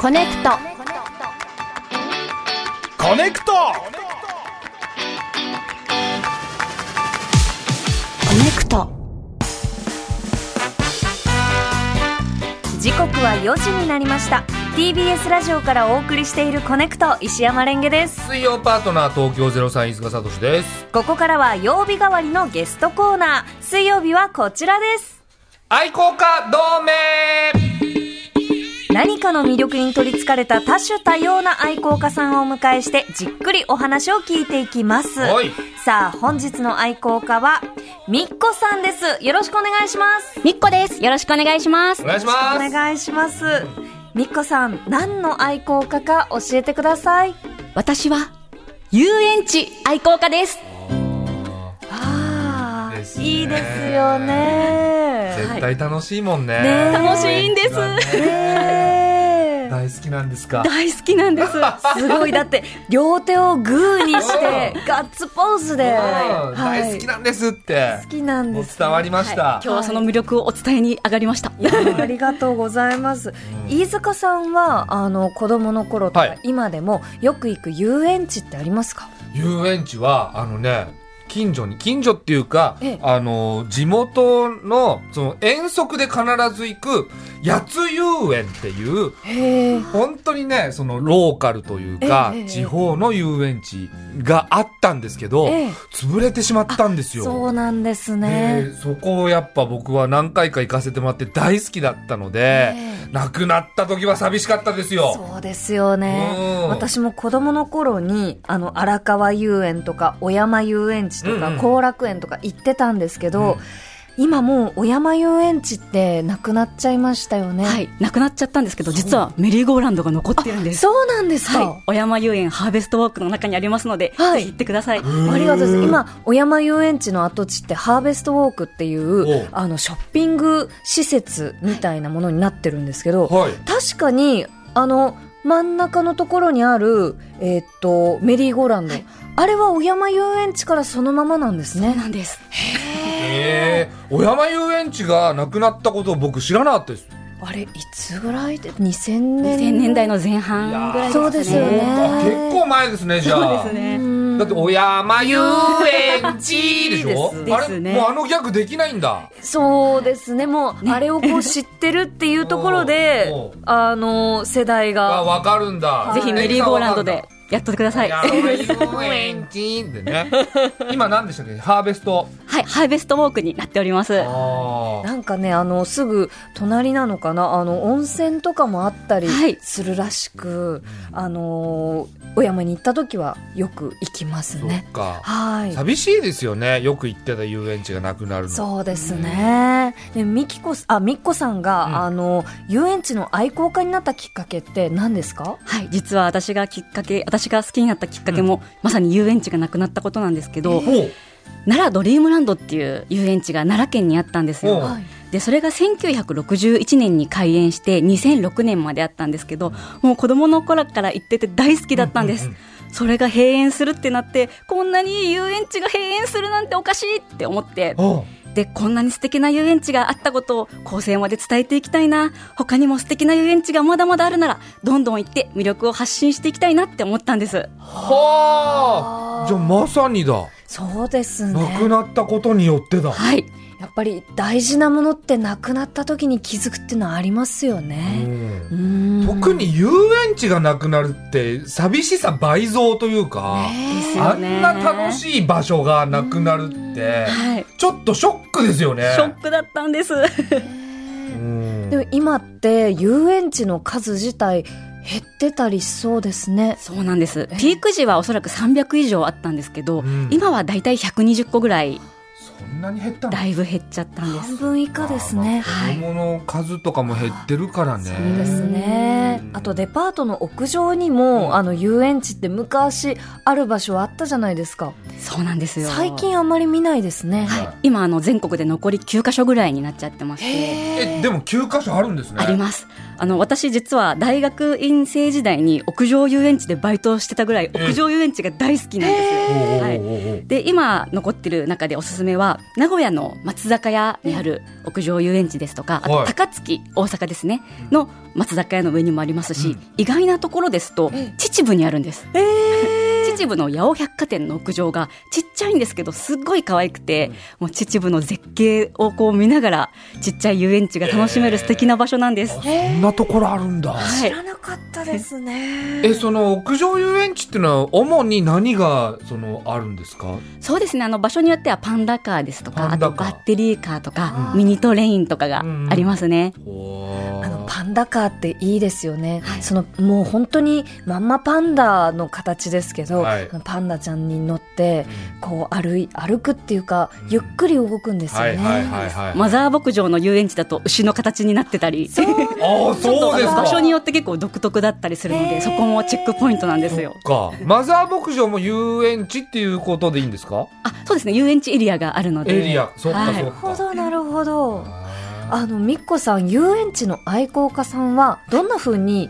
コネクトコネクトコネクト時刻は4時になりました TBS ラジオからお送りしている「コネクト」石山レンゲです水曜パートナー東京ゼロ三飯塚聡です。ここからは曜日代わりのゲストコーナー水曜日はこちらです愛好家同盟何かの魅力に取りつかれた多種多様な愛好家さんをお迎えしてじっくりお話を聞いていきますはいさあ本日の愛好家はみっこさんですよろしくお願いしますみっこですよろしくお願いしますお願いしまおす。願いしますみっこさん何の愛好家か教えてください私は遊園地愛好家ですああ、ですねいいですよね。絶対楽しいもんね。ね楽しいんですねえ大好きなんですか。大好きなん ですすごいだって両手をグーにしてガッツポーズで、うんはい大好きなんですって好。きなんもうです。伝わりました今日。はその魅力をお伝えに上がりましたありがとうございます。飯塚さんはあの子供の頃とはかい今でもよく行く遊園地ってありますか？遊園地はあのね近所に近所っていうか、ええあの地元のその遠足で必ず行く八つ遊園っていうへえ。本当にねそのローカルというか、ええええ地方の遊園地があったんですけど、ええ潰れてしまったんですよ。そうなんですね。でそこをやっぱ僕は何回か行かせてもらって大好きだったので、え亡くなった時は寂しかったですよ。そうですよねうん。私も子供の頃に、あの、荒川遊園とか、小山遊園地とうんか、うん後楽園とか行ってたんですけど、うん今もう、小山遊園地ってなくなっちゃいましたよね。はいなくなっちゃったんですけど実はメリーゴーランドが残ってるんですそうなんですか。はい、小山遊園ハーベストウォークの中にありますので、はぜいひ行ってください。ありがとうございます。今、小山遊園地の跡地って、ハーベストウォークっていおうう、あの、ショッピング施設みたいなものになってるんですけど、はい。確かにあの真ん中のところにある、えーっとメリーゴーランド、あれは小山遊園地からそのままなんですねなんです。ええ小山遊園地がなくなったことを僕知らなかったです。あれいつぐらいで2000年2000年代の前半ぐらいですかね。そうですよねあ結構前ですね、じゃあ。そうですね。だって、小山遊園地でし ょですねあれ、もうあのギャグできないんだ。そうですねもう、あれをこう知ってるっていうところで おうおうあの世代あ、がわかるんだ。ぜひメリーゴーランドでやっとってください。小はい、 山遊園地でね。今何でしたっけハーベスト。ハーベストウォークになっております。はあーなんかねあのすぐ隣なのかなあの温泉とかもあったりはいするらしく、あの小山に行った時はよく行きますそねっか。はい寂しいですよね。よく行ってた遊園地がなくなるの。そうですね。で、みきこさ、あ、みっこさんが、うんあの、遊園地の愛好家になったきっかけって何ですかい、実は私がきっかけ、私が好きになったきっかけも、まさに遊園地がなくなったことなんですけど、ほう。奈良ドリームランドっていう遊園地が奈良県にあったんですおよ。うはいでそれが1961年に開園して2006年まであったんですけどもう子供の頃から行ってて大好きだったんです、うんうんそれが閉園するってなってこんなにいい遊園地が閉園するなんておかしいって思ってほでこんなに素敵な遊園地があったことを後世まで伝えていきたいな他にも素敵な遊園地がまだまだあるならどんどん行って魅力を発信していきたいなって思ったんですう。はあ。じゃあまさにだ。そうですなくね。なったことによってだ。はいやっぱり大事なものってなくなった時に気づくってのはありますよね。うん特に遊園地がなくなるって寂しさ倍増というか、ですあよんねな楽しい場所がなくなるって、はいちょっとショックですよね。ショックだったんですうん でも今って遊園地の数自体減ってたりしそうですね。そうなんですピーク時はおそらく300以上あったんですけど、うん今はだいたい120個ぐらいそんなに減ったのだいぶ減っちゃったんで半す分以下ですね。まあ子供の数とかも減ってるからね。そうですねうんあとデパートの屋上にも、うんあの遊園地って昔ある場所あったじゃないですかそうなんですよ最近あんまり見ないですね、はい今あの全国で残り9カ所ぐらいになっちゃってましてえ、でも9カ所あるんですね。ありますあの私実は大学院生時代に屋上遊園地でバイトをしてたぐらいえ屋上遊園地が大好きなんですよ。はいい。で今残ってる中でおすすめは名古屋の松坂屋にある屋上遊園地ですとかあとはい高槻大阪ですねの松坂屋の上にもありますし、うん意外なところですとええ秩父にあるんです。え 秩父の八尾百貨店の屋上がちっちゃいんですけどすっごい可愛くて、もう秩父の絶景をこう見ながらちっちゃい遊園地が楽しめる素敵な場所なんです。そんなところあるんだ。は知いらなかったですね。え、その屋上遊園地っていうのは主に何がそのあるんですか。そうですねあの場所によってはパンダカーですとかパあンダとカーバッテリーカーとかあーミニトレインとかがありますね。あのパンダカーっていいですよね、そのもう本当にまんまパンダの形ですけど、はいパンダちゃんに乗ってうんこう歩い歩くっていうか、うんゆっくり動くんですよはね、いはいはいはい。マザー牧場の遊園地だと牛の形になってたりそうなんああ、そうですか。場所によって結構独特だったりするのへーでそこもチェックポイントなんですよ。か。マザー牧場も遊園地っていうことでいいんですか。あそうですね遊園地エリアがあるのでエリア。そっかはいそるほっか。どなるほどああのみっこさん遊園地の愛好家さんはどんな風に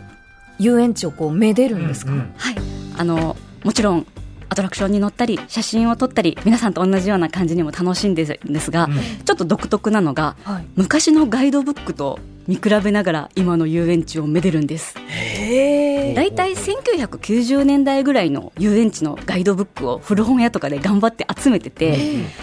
遊園地をこうめでるんですか、うんうんはい、あのもちろんアトラクションに乗ったり写真を撮ったり皆さんと同じような感じにも楽しいんですですが、うんちょっと独特なのがはい、昔のガイドブックと見比べながら今の遊園地をめでるんですへだいたい1990年代ぐらいの遊園地のガイドブックを古本屋とかで頑張って集めてて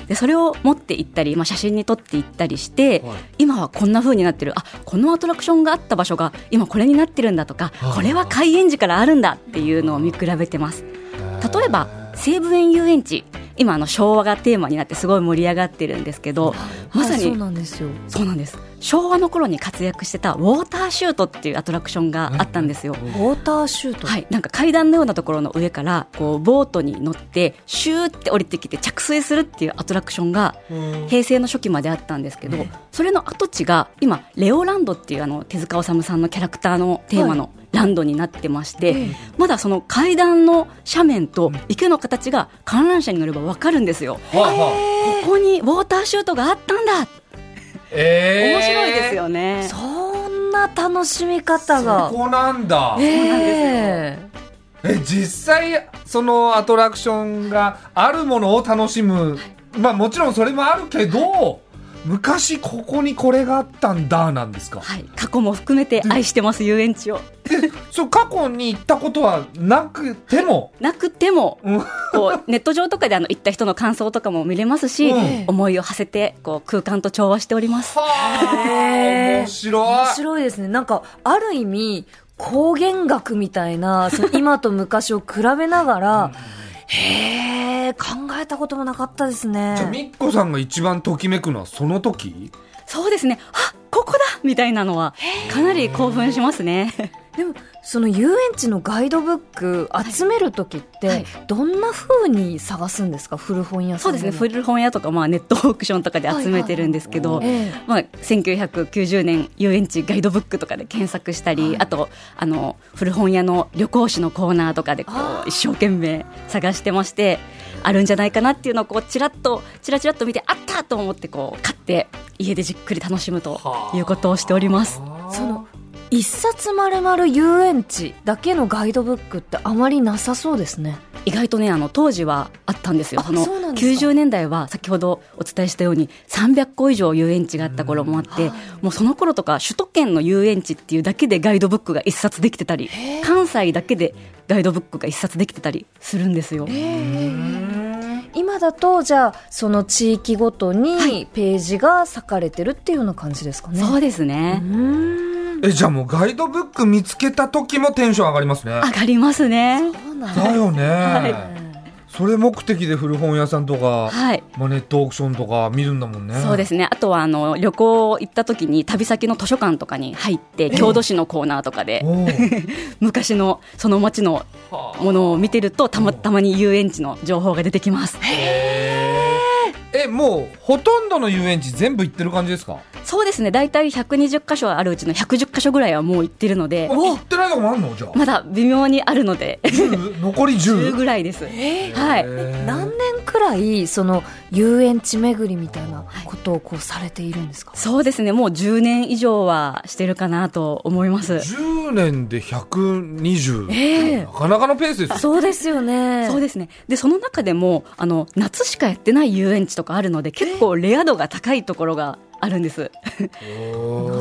でそれを持って行ったり、まあ、写真に撮って行ったりして、はい今はこんな風になってるあこのアトラクションがあった場所が今これになってるんだとかあーこれは開園時からあるんだっていうのを見比べてます例えば西武園遊園地今あの昭和がテーマになってすごい盛り上がってるんですけどまさにそうなんですよそうなんです昭和の頃に活躍してたウォーターシュートっていうアトラクションがあったんですよ。ウォーターシュート、はい、なんか階段のようなところの上からこうボートに乗ってシューって降りてきて着水するっていうアトラクションがうん平成の初期まであったんですけど、それの跡地が今レオランドっていうあの手塚治虫さんのキャラクターのテーマのランドになってまして、ええまだその階段の斜面と池の形が観覧車に乗ればわかるんですよ。はあはあここにウォーターシュートがあったんだ。ええ。面白いです。よね。そんな楽しみ方がここなんだ。えええ実際そのアトラクションがあるものを楽しむまあもちろんそれもあるけど昔ここにこれがあったんだなんですかはい、過去も含めて愛してます遊園地を。そう過去に行ったことはなくてもなくてもうんこうネット上とかであの行った人の感想とかも見れますし、うん思いを馳せてこう空間と調和しております。はあへー面白面い白いですね。なんか、ある意味、光源学みたいな、その今と昔を比べながら、へえ、考えたこともなかったですねじゃあ。みっこさんが一番ときめくのはその時そうですね。あ、ここだみたいなのはかなり興奮しますね。でも、その遊園地のガイドブック集めるときって、はいどんな風に探すんですか古本屋そさうんですね。も古本屋とかまあネットオークションとかで集めてるんですけど、えまあ、1990年遊園地ガイドブックとかで検索したり、あとあの古本屋の旅行誌のコーナーとかでこあーう一生懸命探してましてあるんじゃないかなっていうのをこうちらっとちらちらっと見てあったと思ってこう買って家でじっくり楽しむということをしております。えその、一冊丸々遊園地だけのガイドブックってあまりなさそうですね。意外とねあの当時はあったんですよあそのそうなんですか90年代は先ほどお伝えしたように300個以上遊園地があった頃もあって、もうその頃とか首都圏の遊園地っていうだけでガイドブックが1冊できてたり関西だけでガイドブックが1冊できてたりするんですよ。今だとじゃあその地域ごとにページが割かれてるっていうような感じですかね。そうですね、うーんえじゃあもうガイドブック見つけた時もテンション上がりますね上がりますね。そうなんだだよね、うんそれ目的で古本屋さんとか、はいまあ、ネットオークションとか見るんだもんねそうですすねあとはあの旅行行った時に旅先の図書館とかに入って郷土史のコーナーとかでおー昔のその町の ものを見てるとたまたまに遊園地の情報が出てきます。えもうほとんどの遊園地全部行ってる感じですかそうですね大体120箇所あるうちの110箇所ぐらいはもう行ってるので行ってないとこもあんのじゃあまだ微妙にあるので10残り10 10ぐらいです。えーはい、えー何年くらいその遊園地巡りみたいなことをこうされているんですか、そうですね、もう10年以上はしてるかなと思います。 10年で120、ええなかなかのペースですよそうですよねそうですね。で、その中でも、あの、夏しかやってない遊園地とかあるので、結構レア度が高いところがあるんです。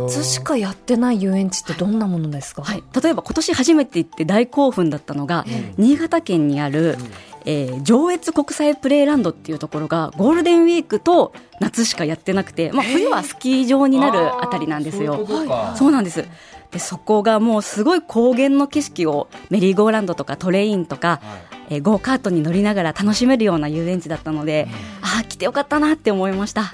夏しかやってない遊園地ってどんなものですか、はい、例えば今年初めて行って大興奮だったのが、新潟県にある、えー上越国際プレイランドっていうところがゴールデンウィークと夏しかやってなくて、まあ、冬はスキー場になるあたりなんですよ。あーそういうことかそうなんですでそこがもうすごい高原の景色をメリーゴーランドとかトレインとか、えーゴーカートに乗りながら楽しめるような遊園地だったので、ああ来てよかったなって思いました。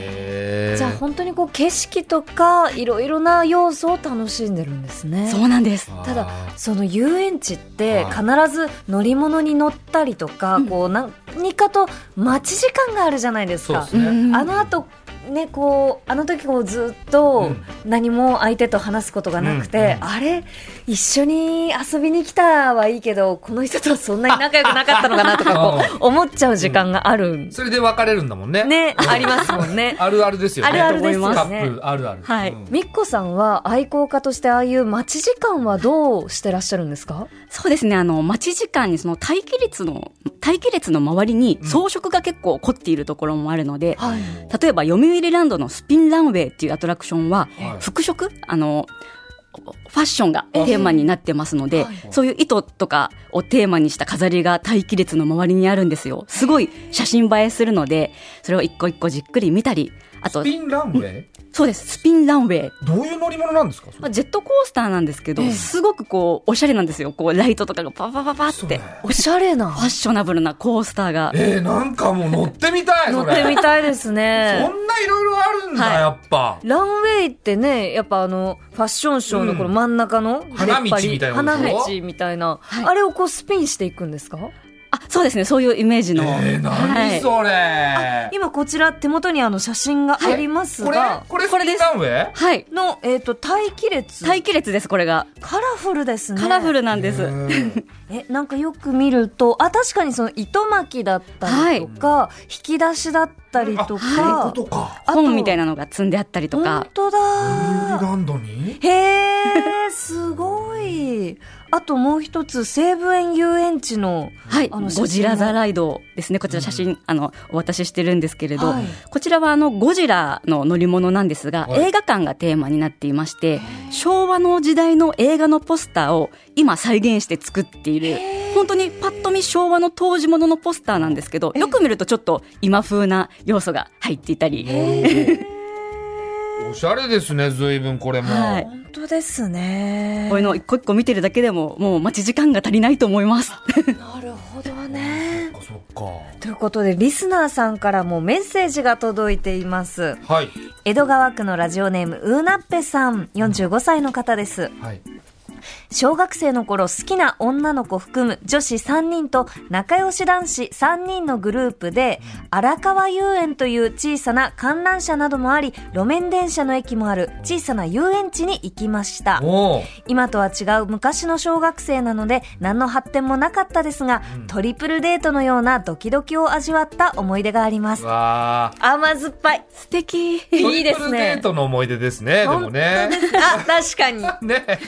へーじゃあ本当にこう景色とかいろいろな要素を楽しんでるんですねそうなんですあーただその遊園地っては必ず乗り物に乗ったりとか、うんこう何かと待ち時間があるじゃないですそうかで。すね、うんあの後ねこうあの時こうずっと何も相手と話すことがなくて、うんあれ一緒に遊びに来たはいいけどこの人とはそんなに仲良くなかったのかなとかこう思っちゃう時間があるんそれで別れるんだもんね。ねありますもんね あるあるですよねあるあるですよねカップあるあるはいうんみっこさんは愛好家としてああいう待ち時間はどうしてらっしゃるんですかそうですね、あの、待ち時間にその待機列の、待機列の周りに装飾が結構凝っているところもあるので、はい。例えば、読売ランドのスピンランウェイっていうアトラクションははい、服飾、あの、ファッションがテーマになってますので、そういう糸とかをテーマにした飾りが待機列の周りにあるんですよ。すごい写真映えするので、それを一個一個じっくり見たり、あとス、ピンランウェイそうです、スピンランウェイ。どういう乗り物なんですかそれまあジェットコースターなんですけど、すごくこう、おしゃれなんですよ。こう、ライトとかがパパパパっそうてね。おしゃれなファッショナブルなコースターが。えー、なんかもう乗ってみた い乗そっれてみたいです そね。んないろいろあるんだ、はいやっぱランウェイってね、やっぱあの、ファッションショーのこの真ん中の、出っ張り花道みたいなこと花道みたいな、はいあれをこうスピンしていくんですかあ、そうですね。そういうイメージの。えー、は何いそれ、今こちら手元にあの写真がありますこれが、これスピンランウェイはい。の、えっ、と、待機列。待機列です、これが。カラフルですね。カラフルなんです。うんえ、なんかよく見ると、あ、確かにその糸巻きだったりとか、引き出しだったりとあか、そういうことかあと本みたいなのが積んであったりと本か。当だブルーランドにへえ、すごい。あともう一つ、西武園遊園地の、はい。あのゴジラザライドですね。こちら写真、あの、お渡ししてるんですけれど、はいこちらはあの、ゴジラの乗り物なんですが、はい映画館がテーマになっていまして、昭和の時代の映画のポスターを今再現して作っている、本当にパッと見昭和の当時もののポスターなんですけど、よく見るとちょっと今風な要素が入っていたり、おしゃれですね随分これも、はい本当ですねこういうのを一個一個見てるだけでも、もう待ち時間が足りないと思います。なるほどね。そっかそということで、リスナーさんからもメッセージが届いています。っかはい江戸川区のラジオネーム、うーなっぺさん、45歳の方です。はい小学生の頃好きな女の子含む女子3人と仲良し男子3人のグループで荒川遊園という小さな観覧車などもあり路面電車の駅もある小さな遊園地に行きましたおー今とは違う昔の小学生なので何の発展もなかったですがトリプルデートのようなドキドキを味わった思い出がありまうすわー甘酸っぱい素敵。いいでトすリプルデねートの思い出ですねでもね本当ですあ確か にね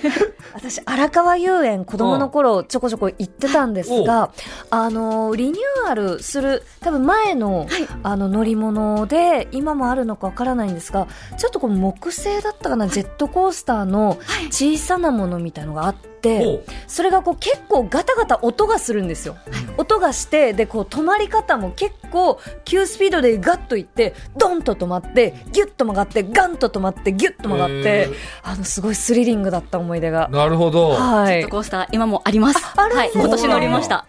私荒川遊園子供の頃ちょこちょこ行ってたんですが、あのーリニューアルする多分前の,、あの乗り物で今もあるのかわからないんですがちょっとこう木製だったかなジェットコースターの小さなものみたいのがあって、おうそれがこう結構ガタガタ音がするんですよ、音がしてでこう止まり方も結構急スピードでガッといってドンと止まってギュッと曲がってガンと止まってギュッと曲がっへてーあのすごいスリリングだった思い出が。なるほどジはェットコースター、今もあります。ああるんはい、ですね今年乗りました。はい。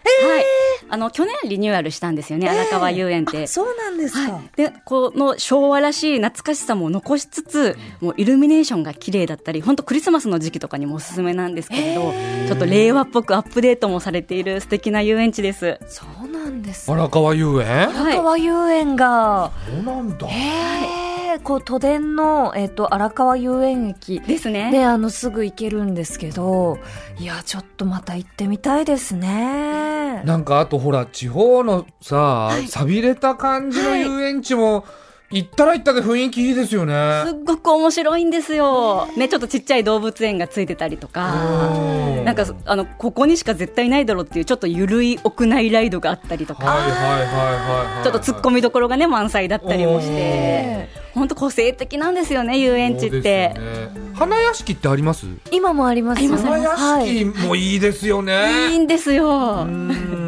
あの、去年リニューアルしたんですよね、荒川遊園って。そうなんですか。はい、でこの昭和らしい懐かしさも残しつつもうイルミネーションが綺麗だったり本当クリスマスの時期とかにもおすすめなんですけれどちょっと令和っぽくアップデートもされている素敵な遊園地です。そうなんです。荒川遊園はい川遊園が、そうなんだえー、こう都電の、えっと、荒川遊園駅ですねであのすぐ行けるんですけどいやちょっとまた行ってみたいですね。なんかあとほら地方のさ、はい寂れた感じの遊園地も、行ったら行ったで雰囲気いいですよね。すっごく面白いんですよ、ね、ちょっとちっちゃい動物園がついてたりとか。うんなんかあのここにしか絶対ないだろうっていうちょっとゆるい屋内ライドがあったりとはいはいかはいはいはい。ちょっと突っ込みどころがね満載だったりもして本当個性的なんですよね遊園地って、そうですよね花屋敷ってあります今もありますあります花屋はい敷もいいですよね、いいんですよ、うん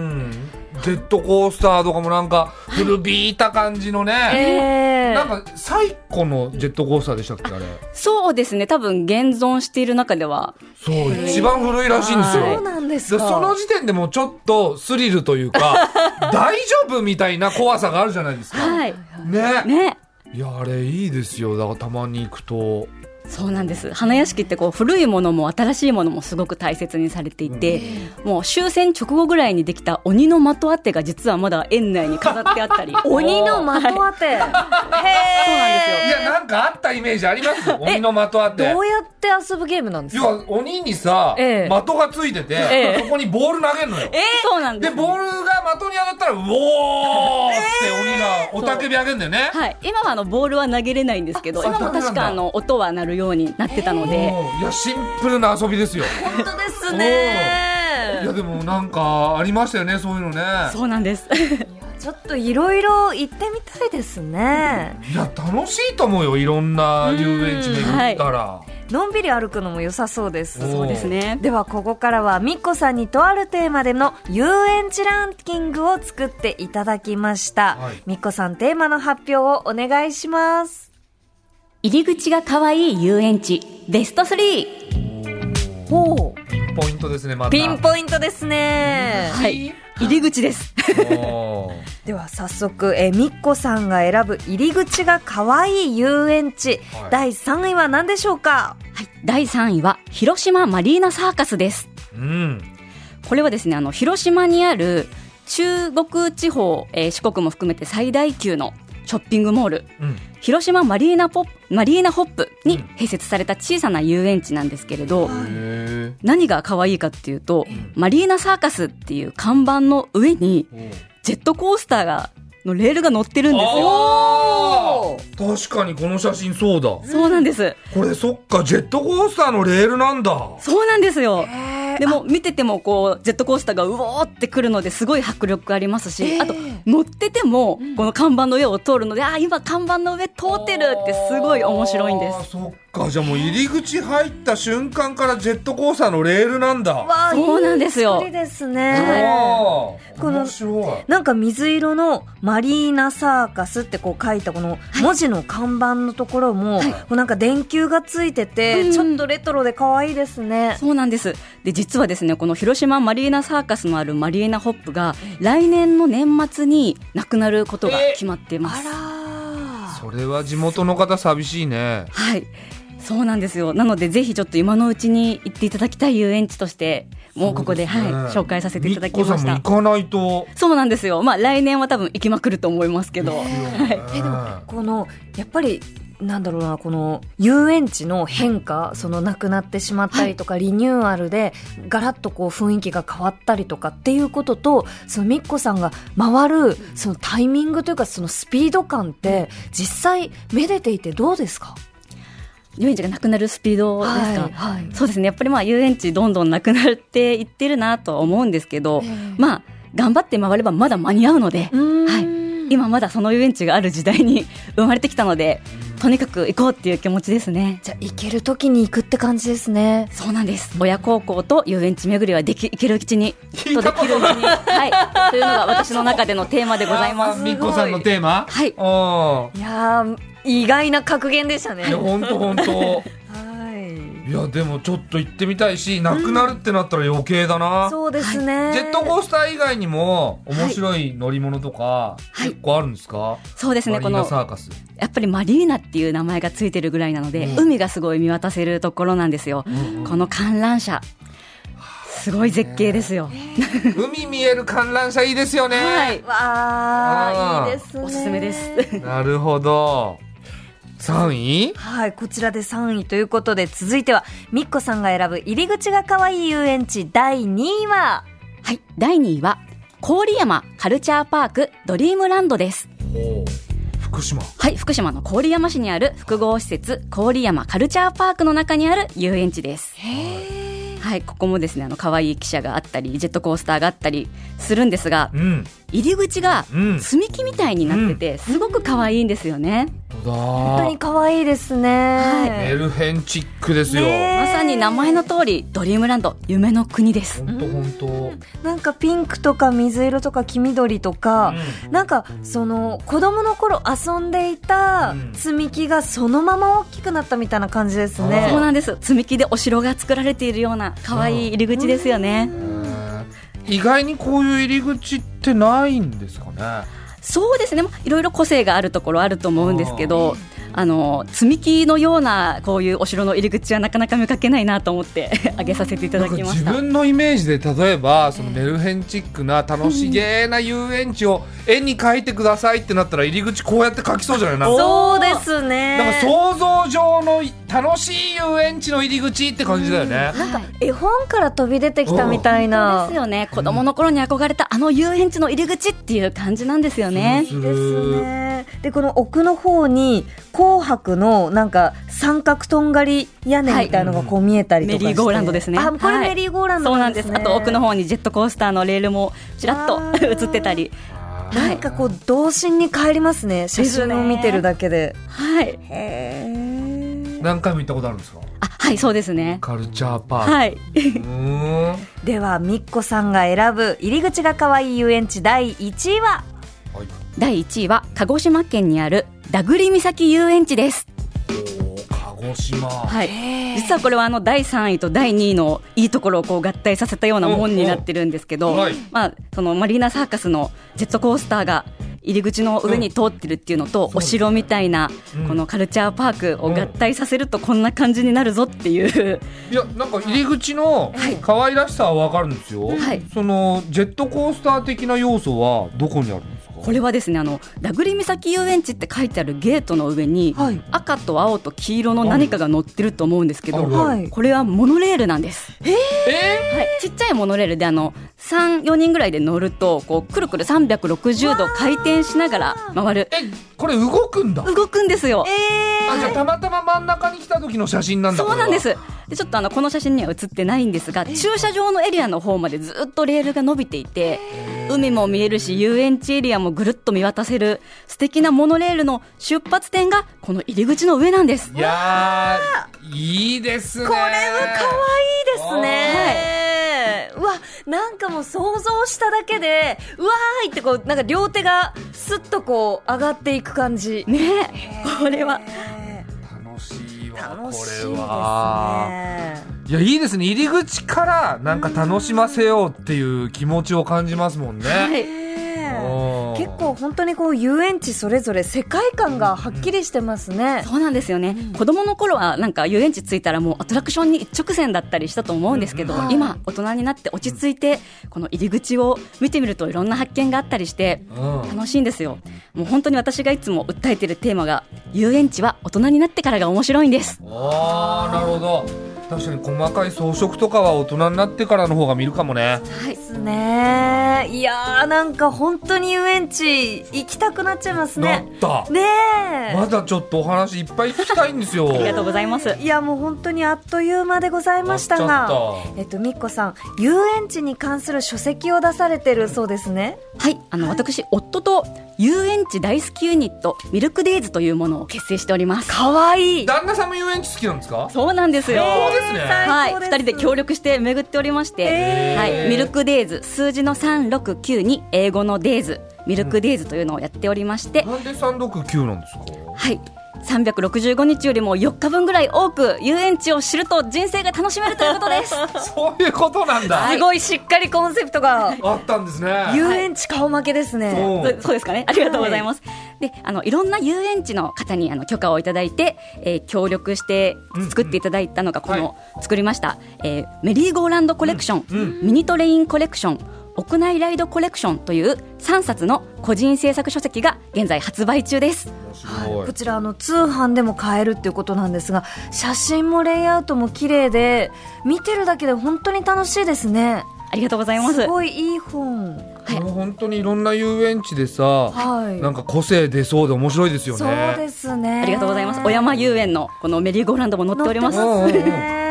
ジェットコースターとかもなんか古びいた感じのね、えなー、んか最古のジェットコースターでしたっけあれそうですね多分現存している中ではそう一番古いらしいんですよ、はいそうなんでですか。その時点でもうちょっとスリルというか大丈夫みたいな怖さがあるじゃないですか、はいねねいやあれいいですよだからたまに行くとそうなんです花屋敷ってこう古いものも新しいものもすごく大切にされていて、もう終戦直後ぐらいにできた鬼の的あてが実はまだ園内に飾ってあった り鬼の的当て。へいやなんかあったイメージあります鬼の的あっえ。てどうやって遊ぶゲームなんです要か。は鬼にさ、ええ的がついてて、ええそこにボール投げるのよ、えそうなんで、ですボールが的に上がったらうおーって鬼がおたけび上げるんだよね、はい、今はあのボールは投げれないんですけどあそう今もダメな確んだかあの音は鳴るようになってたので、うんいやシンプルな遊びですよ本当ですいや。でもなんかありましたよねそういうのねそうなんですちょっといろいろ行ってみたいですね。いや楽しいと思うよいろんな遊園地巡ったら、のんびり歩くのも良さそうです。おそうですねではここからはみっこさんにとあるテーマでの遊園地ランキングを作っていただきました、はいみっこさんテーマの発表をお願いします入り口が可愛い遊園地ベスト3ほうピンポイントですねまたピンポイントですねはい入り口ですおーでは早速えーみっこさんが選ぶ入り口が可愛い遊園地、はい第3位は何でしょうかはい、第3位は広島マリーナサーカスです。うんこれはですね、あの広島にある中国地方、えー四国も含めて最大級のショッピングモール、うん広島マリーナポップマリーナホップうにん併設された小さな遊園地なんですけれど、へ何が可愛いかっていうと、んマリーナサーカスっていう看板の上にえジェットコースターがのレールが乗ってるんですよ。あー確かにこの写真そうだそうなんです。これそっかジェットコースターのレールなんだそうなんですよ。えでも見ててもこうジェットコースターがうおーってくるのですごい迫力ありますし、ええあと乗っててもこの看板の上を通るので、ああ今看板の上通ってるってすごい面白いんであーす。そっかじゃあもう入り口入った瞬間からジェットコースターのレールなんだわあそうなんですよいい作りですあねーこの面白いなんか水色のマリーナサーカスってこう書いたこの文字の看板のところも、こうなんか電球がついてて、うんちょっとレトロで可愛いですね。そうなんですで実はですねこの広島マリーナサーカスのあるマリーナホップが来年の年末になくなることが決まっています、あそれは地元の方寂しいねはいそうなんですよなのでぜひちょっと今のうちに行っていただきたい遊園地としてもうここでそうすねはい、紹介させていただきまみっしこさたんも行かないとそうなんですよ。まあ来年は多分行きまくると思いますけど。えでもこのやっぱりなんだろうなこの遊園地の変化そのなくなってしまったりとか、リニューアルでガラッとこう雰囲気が変わったりとかっていうこととそのみっこさんが回るそのタイミングというかそのスピード感って実際めでていてどうですか遊園地がなくなるスピードですか。はいはいそうですね。やっぱりまあ遊園地どんどんなくなっていってるなとは思うんですけど、まあ頑張って回ればまだ間に合うので、は今まだその遊園地がある時代に生まれてきたので、とにかく行こうっていう気持ちですね。じゃあ行ける時に行くって感じですね。そうなんです。親孝行と遊園地巡りはでき、行けるうちに、聞いとたでこきとるうちないに、はい、というのが私の中でのテーマでご ざいます。みっこさんのテーマはいあいやー意外な格言でしたねーいや本当本 当はいいやでもちょっと行ってみたいしなくなるってなったら余計だな、そうですね、ジェットコースター以外にも面白い乗り物とかい結構あるんですか、そうですね。マこリーナのサーカス、やっぱりマリーナっていう名前がついてるぐらいなので、うん海がすごい見渡せるところなんですよ、この観覧車すごい絶景ですよ、海見える観覧車いいですよね、はいわああーいいですねおすすめですなるほど3位はい、こちらで3位ということで、続いては、みっこさんが選ぶ入り口が可愛い遊園地第2位は、 はい、第2位は、郡山カルチャーパークドリームランドです。ほう福島はい、福島の郡山市にある複合施設、郡山カルチャーパークの中にある遊園地です。はい、ここもですね、あの、可愛い汽車があったり、ジェットコースターがあったりするんですが、うん入り口がうん積み木みたいになってて、すごく可愛いんですよね。本本当に可愛いですね。メルヘンチックですよ、ねまさに名前の通り、ドリームランド、夢の国です。ほんとほんと、なんかピンクとか水色とか黄緑とか、なんかその子供の頃遊んでいたうん積み木がそのまま大きくなったみたいな感じですあそうね。なんです。積み木でお城が作られているような可愛い入り口ですよね。うんへえ意外にこういう入り口ってないんですかねそうですね。まあいろいろ個性があるところあると思うんですけど、あの積み木のようなこういうお城の入り口はなかなか見かけないなと思ってあげさせていたなだんかきま自した。分のイメージで例えばそのメルヘンチックな楽しげな遊園地を絵に描いてくださいってなったら入り口こうやって描きそうじゃないなんかそうですね。なんか想像上の楽しい遊園地の入り口って感じだよね、なんか絵本から飛び出てきたみたいそうなです。よね。子供の頃に憧れたあの遊園地の入り口っていう感じなんですよね。すでるすね。で、この奥の方に、紅白のなんか三角とんがり屋根みたいのがこう見えたりとかして、メリーゴーランドですねあ、これはいメリーゴーランそドうななんんでですすね。あと奥の方にジェットコースターのレールもちらっあと ー映ってたり、はなんかこう童心に帰りますね写真を見てるだけではい、へいー何回も行ったことあるんですかあはいそうですね。カルチャーパーク、はい、 うーんではみっこさんが選ぶ入り口が可愛い遊園地第1位ははい第1位は鹿児島県にあるダグリ岬遊園地です。おー鹿児島、はい、実はこれはあの第3位と第2位のいいところをこう合体させたようなもんになってるんですけうど、んはいまあ、そのマリーナサーカスのジェットコースターが入り口の上に通ってるっていうのと、お城みたいなうんこのカルチャーパークを合体させるとこんな感じになるぞっていう、 いやなんか入り口の可愛らしさはわかるんですよ、はいそのジェットコースター的な要素はどこにあるんですかこれはですねあのラグリ岬遊園地って書いてあるゲートの上に、はい赤と青と黄色の何かが乗ってると思うんですけど、あるあるはいこれはモノレールなんです。えはい、ちっちゃいモノレールであの34人ぐらいで乗るとこうくるくる360度回転しながら回るー、えこれ動くんだ動くんですよ。あじゃあたまたま真ん中に来た時の写真なんだそうなんでこすでちょっとあのこの写真には写ってないんですが駐車場のエリアの方までずっとレールが伸びていて海も見えるし遊園地エリアもぐるっと見渡せる素敵なモノレールの出発点がこの入り口の上なんですれはいやーいいですねこれは可愛いですねうわなんかもう想像しただけでうわーいってこうなんか両手がスッとこう上がっていく感じねえこれは楽しいわ楽しいですこれはねいやいいですね入り口からなんか楽しませようっていう気持ちを感じますもんね、はいおー結構本当にこう遊園地それぞれ世界観がはっきりしてますね。そうなんですよね、子供の頃はなんか遊園地着いたらもうアトラクションに一直線だったりしたと思うんですけど、うんうん今大人になって落ち着いてこの入り口を見てみるといろんな発見があったりしてうん楽しいんですよもう本当に私がいつも訴えているテーマが遊園地は大人になってからが面白いんですあーなるほど確かに細かい装飾とかは大人になってからの方が見るかもねはいですね。いやーなんか本当に遊園地行きたくなっちゃいますなっね。たねまだちょっとお話いっぱい聞きたいんですよあありがとうございますえ。いやもう本当にあっという間でございましたが。えっとみっこさん遊園地に関する書籍を出されてるそうですね。はいあの私夫と遊園地大好きユニットミルクデイズというものを結成しております可愛いい。旦那さんも遊園地好きなんですかそうなんですよそうですねはい、最高二す人で協力して巡っておりまして、えはい、ミルクデイズ数字の三六九に英語のデイズミルクデイズというのをやっておりまして、なんで369なんですかはい。365日よりも4日分ぐらい多く遊園地を知ると人生が楽しめる ということです。そういうことなんだ、はいすごいしっかりコンセプトがあったんですね遊園地顔負けですね。そうそうそうですかね。ありがとうございます。で、あのいろんな遊園地の方にあの許可をいただいて、えー協力して作っていただいたのがこの、は作りました、えーメリーゴーランドコレクション、ミニトレインコレクション。屋内ライドコレクションという3冊の個人制作書籍が現在発売中です。はい、こちらあの通販でも買えるっていうことなんですが写真もレイアウトも綺麗で見てるだけで本当に楽しいですねありがとうございますすごいいい本これ本当にいろんな遊園地でさ、はいなんか個性出そうで面白いですよね。そうですねありがとうございます小山遊園のこのメリーゴーランドも載っております載ってますうんうんうん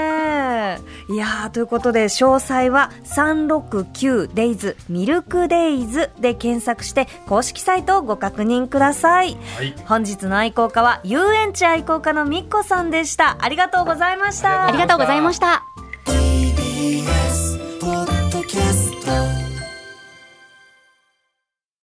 いやーということで詳細は「369デイズミルクデイズで検索して公式サイトをご確認ください、はい本日の愛好家は遊園地愛好家のみっこさんでしたありがとうございましたありがとうございました TBS